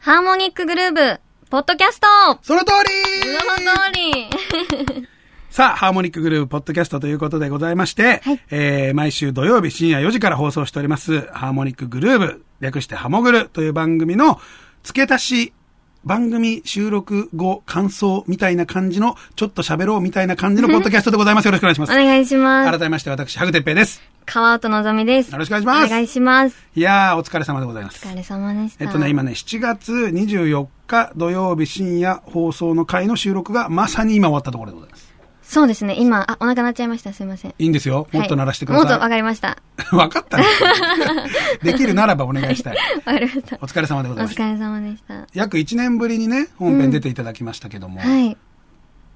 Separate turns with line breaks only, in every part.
ハーモニックグルーブ、ポッドキャスト
その
そ
通り
の通り
さあ、ハーモニックグループポッドキャストということでございまして、えー毎週土曜日深夜4時から放送しております、ハーモニックグルーブ、略してハモグルという番組の付け足し、番組収録後感想みたいな感じの、ちょっと喋ろうみたいな感じのポッドキャストでございます。よろしくお願いしま
お
す。
願いします。
改めまして私、ハグテッペイです。
川音のぞみです。
よろしくお願いします
お願いします。
いやー、お疲れ様でございま
お
す。
疲れ様でした。
えっとね、今ね、7月24日土曜日深夜放送の回の収録がまさに今終わったところでございます。
そうですね、今、あ、お腹鳴っちゃいました。すいません。
いいんですよ。もっと鳴らしてくださ
は
い。
いもっとわかりました。
わかったね。できるならばお願いしたい。
わかりました。
お疲れ様でご
お
ざいまし
疲
た。
れ様でした。
約1年ぶりにね、本編出ていただきましたけども、
はい。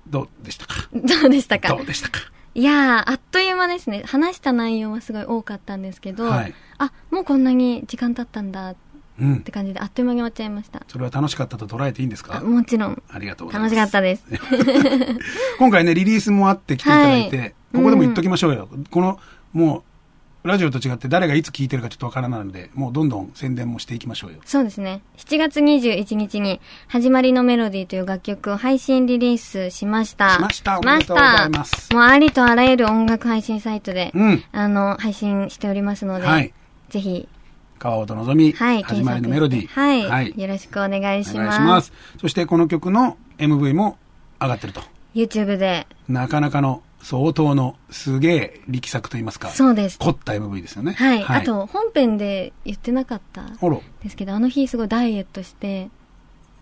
どうでしたか
どうでしたか
どうでしたか
いやー、あっという間ですね。話した内容はすごい多かったんですけど、
はい
あ、もうこんなに時間経ったんだっ
うん
て。感じで、あっという間に終わっちゃいました。
それは楽しかったと捉えていいんです
あ
か
もちろん、
ありがとうございま
楽
す。
しかったです。
今回ね、リリースもあって来ていただいて、
はい
ここでも言っときましょうよ。この、もう、ラジオと違って誰がいつ聞いてるかちょっとわからないので、もうどんどん宣伝もしていきましょうよ。
そうですね。7月21日に、始まりのメロディーという楽曲を配信リリースしました。
しましたおめでとうございます
しましたもうありとあらゆる音楽配信サイトで、
うん。
あの、配信しておりますので、
はい。
ぜひ、
川本のぞみ、
はい、
始まりのメロディー。
検索してはい、
はい。
よろしくお願い
お
し
願い
ます。
します。そしてこの曲の MV も上がってると。
YouTube で、
なかなかの相当のすげえ力作と言いますか。
そうです。
凝った MV ですよね。
はい。あ。と、本編で言ってなかったん
あら、
ですけど、あの日すごいダイエットして、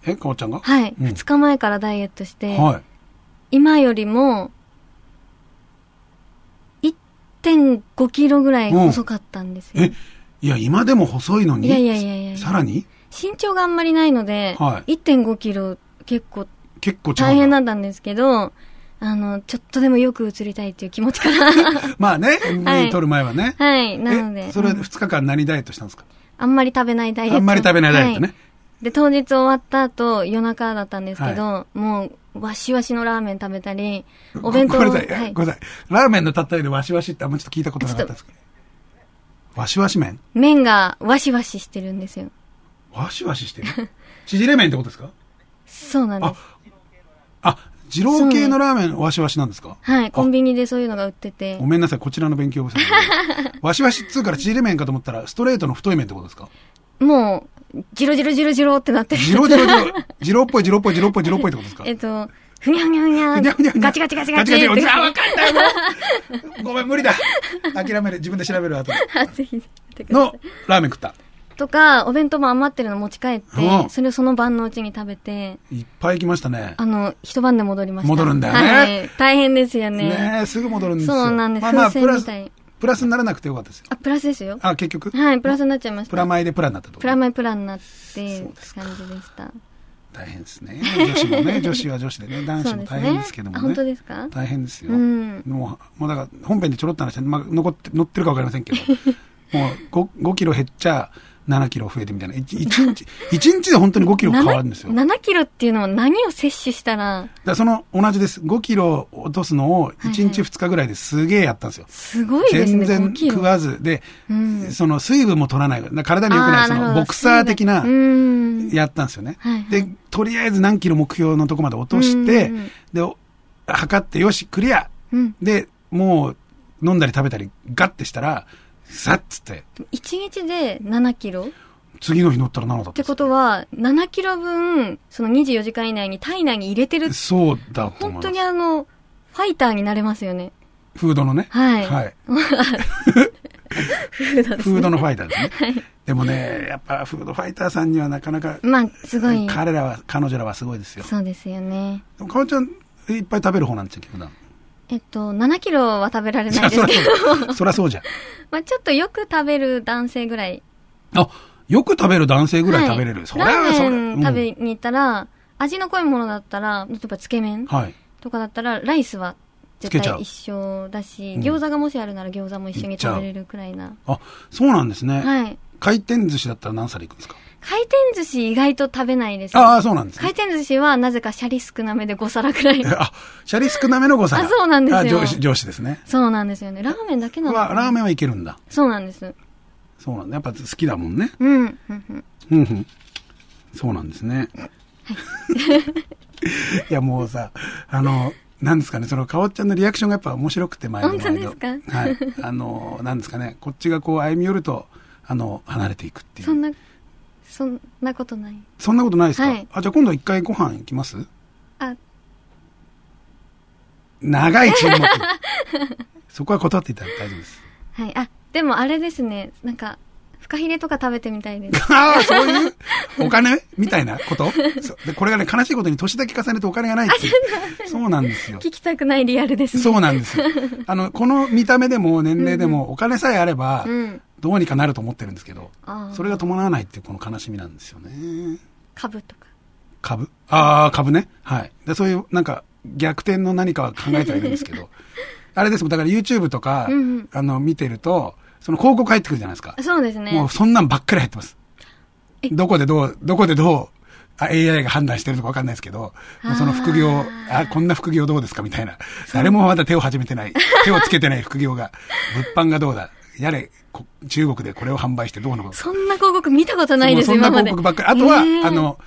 え、かおちゃんが
はい。
うん
2日前からダイエットして、
は
今よりも、1.5キロぐらい細かったんです
い。
よ
え。、いや、今でも細いのに。
いやいやいやいやいや
さらに
身長があんまりないので、
は
1.5キロ結構
結構違う。
大変だったんですけど、あの、ちょっとでもよく映りたいっていう気持ち から。
まあね、
はい
MV 撮る前はね。
はい。なので、
えそれ
うん
2日間何ダイエットしたんですか
あんまり食べないダイエット。
あんまり食べないダイエット
は
ね。
いで、当日終わった後、夜中だったんですけど、もう、わしわしのラーメン食べたり、お弁当を
ごめんなさい、
はい
ごめんなさい。ラーメンのたったよりわしわしってあんまちょっと聞いたことなかったんですけど。わしわし麺
麺がわしわししてるんですよ。
わしわし してる縮れ麺ってことですか
そうなんです。
あ、二郎系のラーメン、わしわしなんですか
はい、コン
ビ
ビニでそういうのが売ってて
ご。めんなさい、こちらの勉強不足で。 わしわしっつうから縮れ麺かと思ったら、ストレートの太い麺ってことですか
もう、ジロジロジロジロってなってる。
二郎二郎二郎、二郎っぽい二郎っぽい二郎っぽい二郎っぽいってことですか
えっと、ふにゃふにゃふにゃ。
ふにゃふにゃふにゃ
ガチガチガチガチ
ガチガ
って
チあ、わかったよもうごめん、無理だ。諦める、自分で調べる後で。
あぜひ、てくださ
の、ラーメン食った。
いとか、お弁当も余ってるの持ち帰って、
うん
それをその晩のうちに食べて、
いっぱい来ましたね。
あの、一晩で戻りました。
戻るんだよね
はい。大変ですよね。
ねえ、すぐ戻るんですよ。
そうなんです
まあまあ、
風
プ
船
ラ
み
ス
たい、
プラスにならなくてよかったですよ。
あ、プラスですよ。
あ、結局
はい、プラスになっちゃいました。
プラマイでプラになったってこと
プラマイプラになって、
そ
感
うです
じでした。
大変ですね。女子 もね、女子は女子でね、男
そ
子
う
も
です
大
ね。
変ですけども
あ
ね。
本当ですか
大変ですよ。
うん
もう、もうだから、本編でちょろっと話して、まあ、残って、乗ってるかわかりませんけど、もう 5, 5キロ減っちゃ、7キロ増えてみたいな。1, 日、一日で本当に5キロ変わるんですよ。だか
7, キロっていうのは何を摂取したら、
らその、同じです。5キロ落とすのを、1
はいは
日
い
2日ぐらいですげえやったんですよ。
すごいです
全
ね、
然
5キロ。
食わず。で、
うん
その、水分も取らない。だから体に良くない。
あー
そ
るほ
の、
ど
ボクサー的な
う、ん
やったんですよね。
はいはい
で、とりあえず何キロ目標のとこまで落とし
う
て、
んうんうん
で、お測ってよし、クリア
うん。
で、もう、飲んだり食べたり、ガッてしたら、さっつって、
1日で7キロっ
次の日乗ったら7だったん
て
ですよ
ことは、7キロ分、その24時間以内に体内に入れてる。
そうだと思
本当
いま
に
す。
あの、ファイターになれますよね。
フードのね。
はい
はい。
フードです
フー
ね。
ドのファイターですね。でもね、やっぱフードファイターさんにはなかなか、
まあ、すごい。
彼らは、彼女らはすごいですよ。
そうですよね。
でもかおちゃん、いっぱい食べる方なんですよ、普段。
えっと、7キロは食べられ
そ
ない
ら
です
そら
けど、
そうじゃん。そらそうじゃん。
まあ、ちょっとよく食べる男性ぐらい。
あ、よく食べる男性ぐらい食べれる。
はい
そ
ラ
らそら
ー
う
メン
ん
食べに行ったら、味の濃いものだったら、例えばつけ麺
はい。
とかだったら、ライスは絶
つけちゃ
対
う
一緒だし、
うん
餃子がもしあるなら餃子も一緒に食べれるくらいな。
あ、そうなんですね。
はい。
回転寿司だったら何皿いくんですか
回転寿司意外と食べないです。
ああ、そうなんです
回
ね。。
転寿司はなぜかシャリ少なめで5皿くらい
あ、シャリ少なめの5皿。
あそうなんですよ
あ上司、上司ですね。
そうなんですよね。ラーメンだけなのか
は、
な
ラーメンはいけるんだ。
そうなんです。
そうなんだ。やっぱ好きだもんね。
うん。うんうん
うんうん。そうなんですね。 いや、もうさ、あの、なんですかね、その、かおっちゃんのリアクションがやっぱ面白くて、前の
本当です
はい。あの、なんですかね、こっちがこう歩み寄ると、あの、離れていくっていう。
そんな、そんなことない。
そんなことないですか、
はい
あ、じゃあ今度一回ご飯行きます
あ、
長い 沈黙。そこは断っていただいて大丈夫です。
はい。あ、でもあれですね、なんか、フカヒレとか食べてみたいです。
ああ、そういうお金みたいなことそうでこれがね、悲しいことに年だけ重ねてお金がないっていう。そうなんですよ。
聞きたくないリアルですね。
そうなん ですよ。あの、この見た目でも年齢でもお金さえあれば
う、ん。
どうにかなると思ってるんですけど、
ああ。
それが伴わないっていうこの悲しみなんですよね。
株とか。
株ああ、株ね。はい。で、そういう、なんか、逆転の何かは考えてはいるんですけ ど、あれですもん、だから YouTube とか、
うんうん
あの、見てると、その広告入ってくるじゃないですか。
そうですね。
もうそんなんばっかり入ってます
え。
どこでどう、どこでどう、あ AI が判断してるのかわかんないですけど、
あー
その副業、あ、こんな副業どうですかみたいな。誰もまだ手を始めてない。手をつけてない副業が、物販がどうだ。やれ、こ中国でこれを販売してどうの
そんな広告見たことないです、
もうそんな
今まで。
広告ばっかり。あとは、
ええ
あ、の、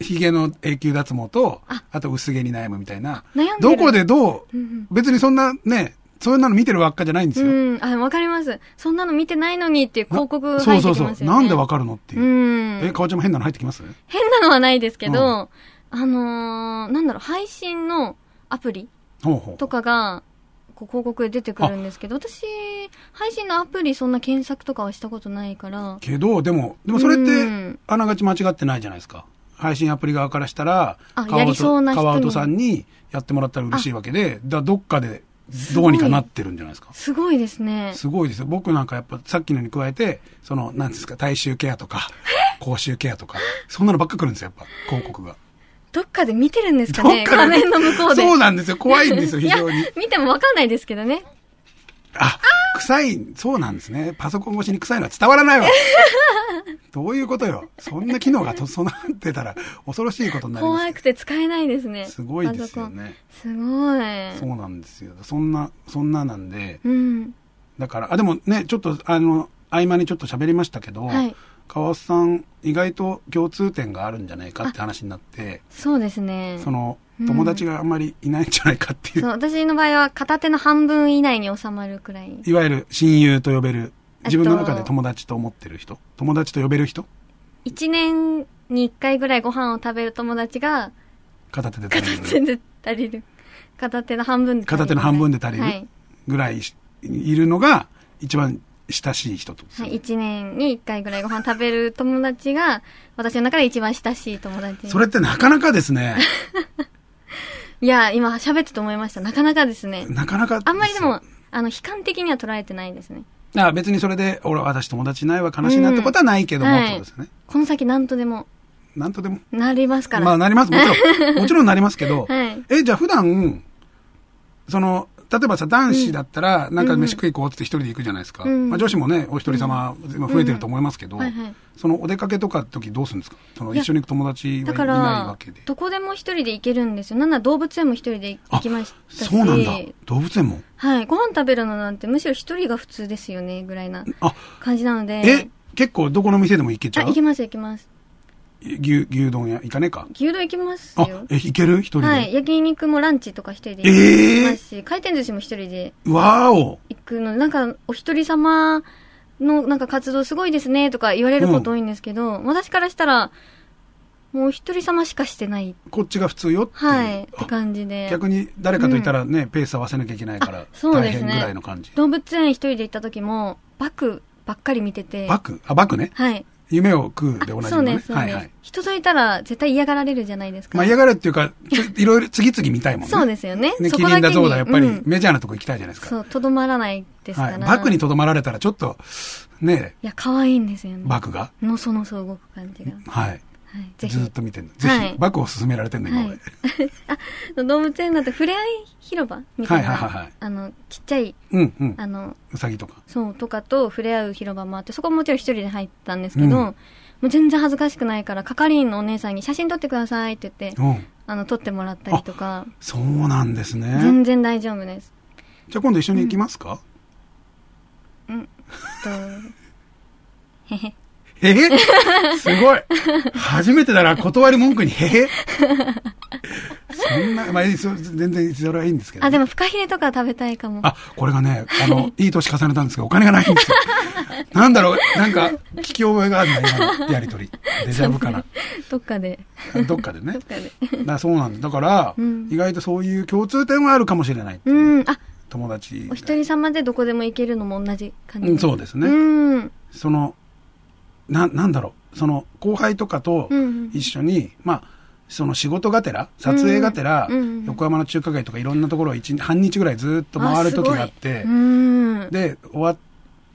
髭の永久脱毛と、あ
あ
と薄毛に悩むみたいな。
悩んでる
どこでど
う
う、
んうん
別にそんなね、そういうの見てる輪っかじゃないんですよ。
うん。あ、わかります。そんなの見てないのにっていう
な
広告入ってき
そ
ま
う
す
そ
よ
う
ね。
そう。なんでわかるのっていうう。
ん。
え、かおちゃんも変なの入ってきます
変なのはないですけど、あのーなんだろう、配信のアプリ
ほうほう
と。かが、こう広告で出てくるんですけど、私、配信のアプリそんな検索とかはしたことないから、
けど、でも、でもそれっ
う
て
ん、
あながち間違ってないじゃないですか。配信アプリ側からしたら、
あ
川
やりそうな人に
川さんにやってもらったら嬉しいわけで、だどっかでどうにかなってるんじゃないですか。
すごいですね。
すごいですよ。僕なんかやっぱさっきのに加えて、その、なんですか、大衆ケアとか、口臭ケアとか、そんなのばっか来るんですよ、やっぱ、広告が。
どっかで見てるんですか
どっ
ね
か
画
で
面の向こうで。
そうなんですよ、怖い んですよ、非
いや
常に。、
見てもわかんないですけどね。
あ、臭い、そうなんですね。パソコン越しに臭いのは伝わらな いわ。どういうことよ。そんな機能がと備わってたら、恐ろしいことになります
怖くて使えないですね。
すごいですよね。
パソコン。すご
そ
い。
うなんですよ。そんな、そんななんで、
うん。
だから、あ、でもね、ちょっと、あの、合間にちょっと喋りましたけど、
はい
川瀬さん、意外と共通点があるんじゃないかって話になって、
そうですね。
その
う、ん
友達があんまりいないんじゃないかっていう、
そう私の場合は片手の半分以内に収まるくらい。
いわゆる親友と呼べる、
あと
自分の中で友達と思ってる人、友達と呼べる人、
一年に一回ぐらいご飯を食べる友達が、
片手で
片
足り
手
る
で足りる。片手の半分で足りる。
片手の半分で足りる
はい。
ぐらいしいるのが、一番親しい人と。
はい。一年に一回ぐらいご飯食べる友達が、私の中で一番親しい友達。
それってなかなかで すね、
いや、今喋ってて思いました。なかなかですね。
なかなかすよ。
あんまりでも、あの、悲観的には捉えてないですね。
あ別にそれで、俺、私友達いないわ、悲しいなってことはないけども、
うん
ってことですね。
この先何とでも
なんとでも。
なりますから。
まあ、なります。もち ろん、もちろんなりますけど、
はい
え、じゃあ普段、その、例えばさ、男子だったら、なんか飯食い行こうって一人で行くじゃないですか。
うん
まあ、女子もね、お一人様、今増えてると思いますけど、
はいはい
そのお出かけとか時どうするんですかその
いや
一緒に行く友達
だ
はい
か
ないわ
ら
けで、。
どこでも一人で行けるんですよ。なんなら動物園も一人で行きましたし。
そうなんだ。動物園も。
はい。ご飯食べるのなんて、むしろ一人が普通ですよね、ぐらいな
あ、
感じなので。
え、結構どこの店でも行けち
あ、
ゃう
行けます、行けます。
牛、牛丼屋行かねえか。
牛丼行きます
あ
よ、。
え、行ける一人で。
はい。焼肉もランチとか一人で
ええ
行きますし、回転寿司も一人で
わーお。
行くので、なんか、お一人様のなんか活動すごいですね、とか言われること多いんですけど、私からしたら、もう一人様しかしてない。
こっちが普通よっていう。
はい。っ
あ
て感じで。
逆に誰かといたらね、ペース合わせなきゃいけないから
あ、そう
大
です
変
ね
ぐらいの感じ。
動物園一人で行った時も、バクばっかり見てて。
バクあ、バクね。
はい。
夢を食うで同
あ
じ
そ
の
う
ね。
です、そうです。。人といたら絶対嫌がられるじゃないですか。
まあ嫌がるっていうか、ついろいろ次々見たいもんね。
そうですよね。
ね、
そ
キ
こだ
リ
け
ンだ
に
そうだ、やっぱり
ん
メジャーなとこ行きたいじゃないですか。
そう、とどまらないですか
は
ら。
い。バクにとどまられたらちょっと、ね、
いや、可愛いんですよね。
バクが。
のそのそ動く感じが。は
はい。
い。ぜひ
ず。っと見てるの。ぜ
は
ひ、
い
バクを勧められてんの、今
は
俺
い。。 あ、動物園だと、ふれあい広場みたい
はいはいはいは、
ないあの、ちっちゃい、
うんうん。
あの、
うさぎとか。
そう、とかと触れ合う広場もあって、そこももちろん一人で入ったんですけど、
うん
もう全然恥ずかしくないから、係員のお姉さんに写真撮ってくださいって言って、
うん。
あの、撮ってもらったりとか、
そうなんですね。
全然大丈夫です。
じゃあ今度一緒に行きますか
と、へへ。
へへすごい初めてだな、断り文句に、へへそんな、まあ、そ全然、それはいいんですけど、
あ、でも、フカヒレとか食べたいかも。
あ、これがね、あの、いい年重ねたんですけど、お金がないんですよ。なんだろう、なんか、聞き覚えがあるな、今のやりとり。デジャブかな。
どっかで。
どっかでね
どっ。か で。
だそうなんだだから、
うん
意外とそういう共通点はあるかもしれない。
うん。あ、
友達。
お一人様でどこでも行けるのも同じ感じ。
うんそうですね。
うん。うん
その、な、なんだろう。その、後輩とかと
うん。
一緒に、まあ、その仕事がてら、撮影がてら、
うんうん
横浜の中華街とかいろんなところを一日半日ぐらいずっと回る時があって
う、ん。
で、終わっ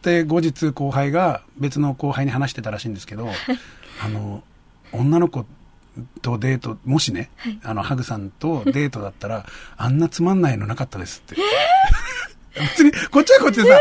て後日後輩が別の後輩に話してたらしいんですけど、あの、女の子とデート、もしね、あの、ハグさんとデートだったら、あんなつまんないのなかったですって。別に、こっちはこっちでさ、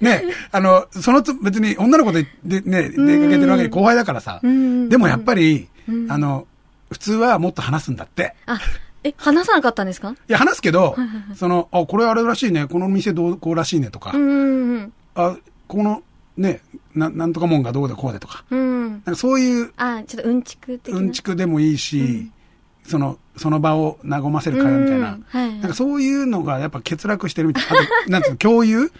ね、あの、そのつ、別に女の子で、で、ね、出かけてるわけで後輩だからさ、
うん
でもやっぱり、
うん
あの、普通はもっと話すんだって。
あ、え、話さなかったんですか
いや、話すけど
はいはいは、
その、あ、これあれらしいね、この店どう、こうらしいねとか、
うんうん
あ、この、ね、な、なんとかもんがどうでこうでとか、
うん。うん。
なんかそういう、
あ、ちょっとうんちく的な。
うんちくでもいいし、その、その場を和ませる会話みたいな
うん、はい。
なんかそういうのがやっぱ欠落してるみたいな。あと、 なんつうの、共有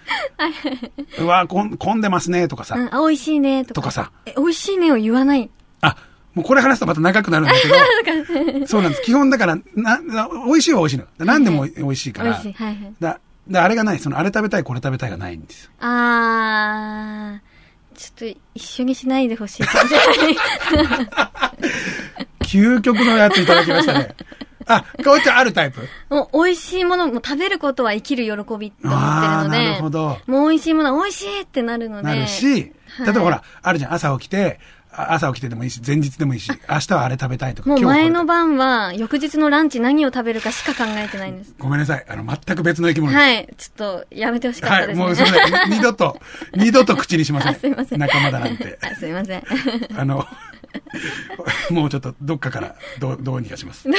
うわ、こん混んでますね、とかさ。
うん、あ、美味しいね、とか。
とかさ。
え、美味しいねを言わない。
あ、もうこれ話すとまた長くなるんだけど。そうなんです。基本だから、な、な美味しいは美味しいの。何でも美味しいか
美
ら
味し。い。はいはい。
だ、だあれがない、その、あれ食べたい、これ食べたいがないんですよ。
あー、ちょっと一緒にしないでほしい感じ。は
究極のやついただきまし たね。あ、かおちゃんあるタイプ
いもう美味しいもの、もう食べることは生きる喜びって思
あ
っ
あ
てるの
ー、
で。
なるほど。
もう美味しいものは美味しいってなるので。
なるし、
はい
例えばほら、あるじゃん、朝起きて、あ朝起きてでもいいし、前日でもい いし、明日はあれ食べたいとか、
もう
今日はこ
前
れ
の晩は、翌日のランチ何を食べるかしか考えてないんです。
ごめんなさい。あの、全く別の生き物です。
はい。ちょっと、やめてほしかっ
は
た
い、
ですね。
もうすいま せん。二度と、二度と口にしません。
あすいません
仲間だなんて。
あすいません。
あの、 もうちょっとどっかからどうどうにかします。い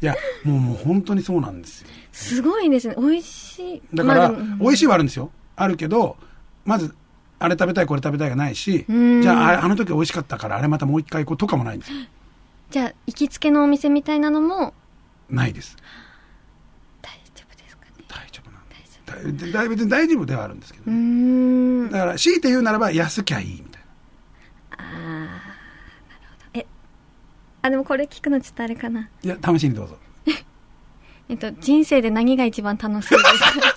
や、もうもう本当にそうなんですよ。
すごいですね。美味しい。
だから、
まあでも
美味しいはあるんですよ。あるけど、まず、あれ食べたい、これ食べたいがないし、
うん
じゃあ、ああの時美味しかったから、あれまたもう一回行こうとかもないんですよ。
じゃあ、行きつけのお店みたいなのも、
ないです。
大丈夫ですかね。
大丈夫なんです。だだ別に大丈夫ではあるんですけど
う。ーん。
だから、強いて言うならば、安きゃいいみたい
あー、なるほど。え、あ、でもこれ聞くのちょっとあれかな。
な。いや、試しにどうぞ。
えっと、人生で何が一番楽しいです か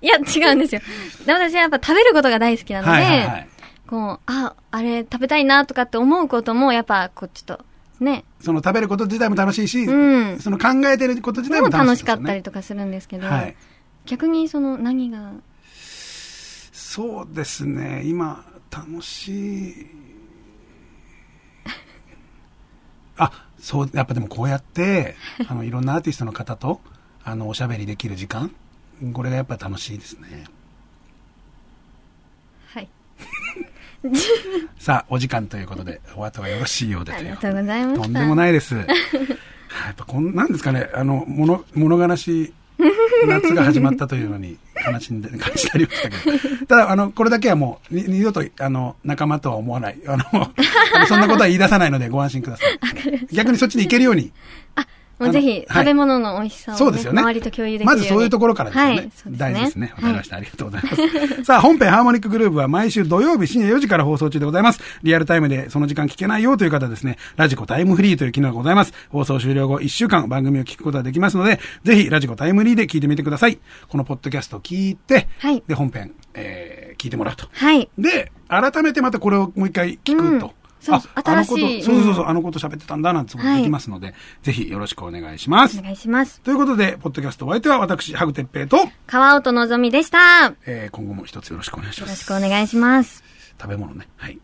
いや、違うんですよ。で私はやっぱ食べることが大好きなので、
はいはいはい。
こう、あ、あれ食べたいなとかって思うことも、やっぱ、こう、ちょっと、ね、
その食べること自体も楽しいし、
うん
その考えてること自
で
体
も
も
楽
楽し
し
い
か
ですよね、
ったりとかするんですけど、
はい。
逆にその、何が、
そうですね、今、楽しい。あ、そう、やっぱでもこうやって、あの、いろんなアーティストの方と、あの、おしゃべりできる時間、これがやっぱ楽しいですね。
はい。
さあ、お時間ということで、お後はよろしいようで
あ
と
り
い
が
うことと
う
で。
ございました。
とんでもないです。 はいやっぱこんなんですかね、あの、もの、物悲しい夏が始まったというのに悲しんで、感じてありましたけど。ただ、あの、これだけはもう、に二度と、あの、仲間とは思わない。あの、 あのそんなことは言い出さないのでご安心く ださい。逆にそっちに行けるように。
もうぜひ、
あのは
食
い
べ物の美味しさを、ね
そうですよね。
周りと共有できるよ
ま
うに。
ずそういうところからですよね。
はい、そうですね。。
大事ですね。わかりましたた。ありがとうございます。さあ、本編ハーモニックグループは毎週土曜日深夜4時から放送中でございます。リアルタイムでその時間聞けないよという方はですね、ラジコタイムフリーという機能がございます。放送終了後1週間番組を聞くことができますので、ぜひラジコタイムフリーで聞いてみてください。このポッドキャストを聞いて、
はい
で、本編、えー聞いてもらうと。
はい。
で、改めてまたこれをもう一回聞くと。
うんそう
あの
新
こ
し
と
い
そうそうそうう、あのこと喋ってたんだなんてことできますので、ぜひよろしくお願いします
お。願いします。
ということで、ポッドキャストお相手は私、ハグテッペイと、
川音のぞみでした。よ
えー今後も一つよろしくお願いしま
ろ
す。
しくお願いします。
食べ物ね。はい。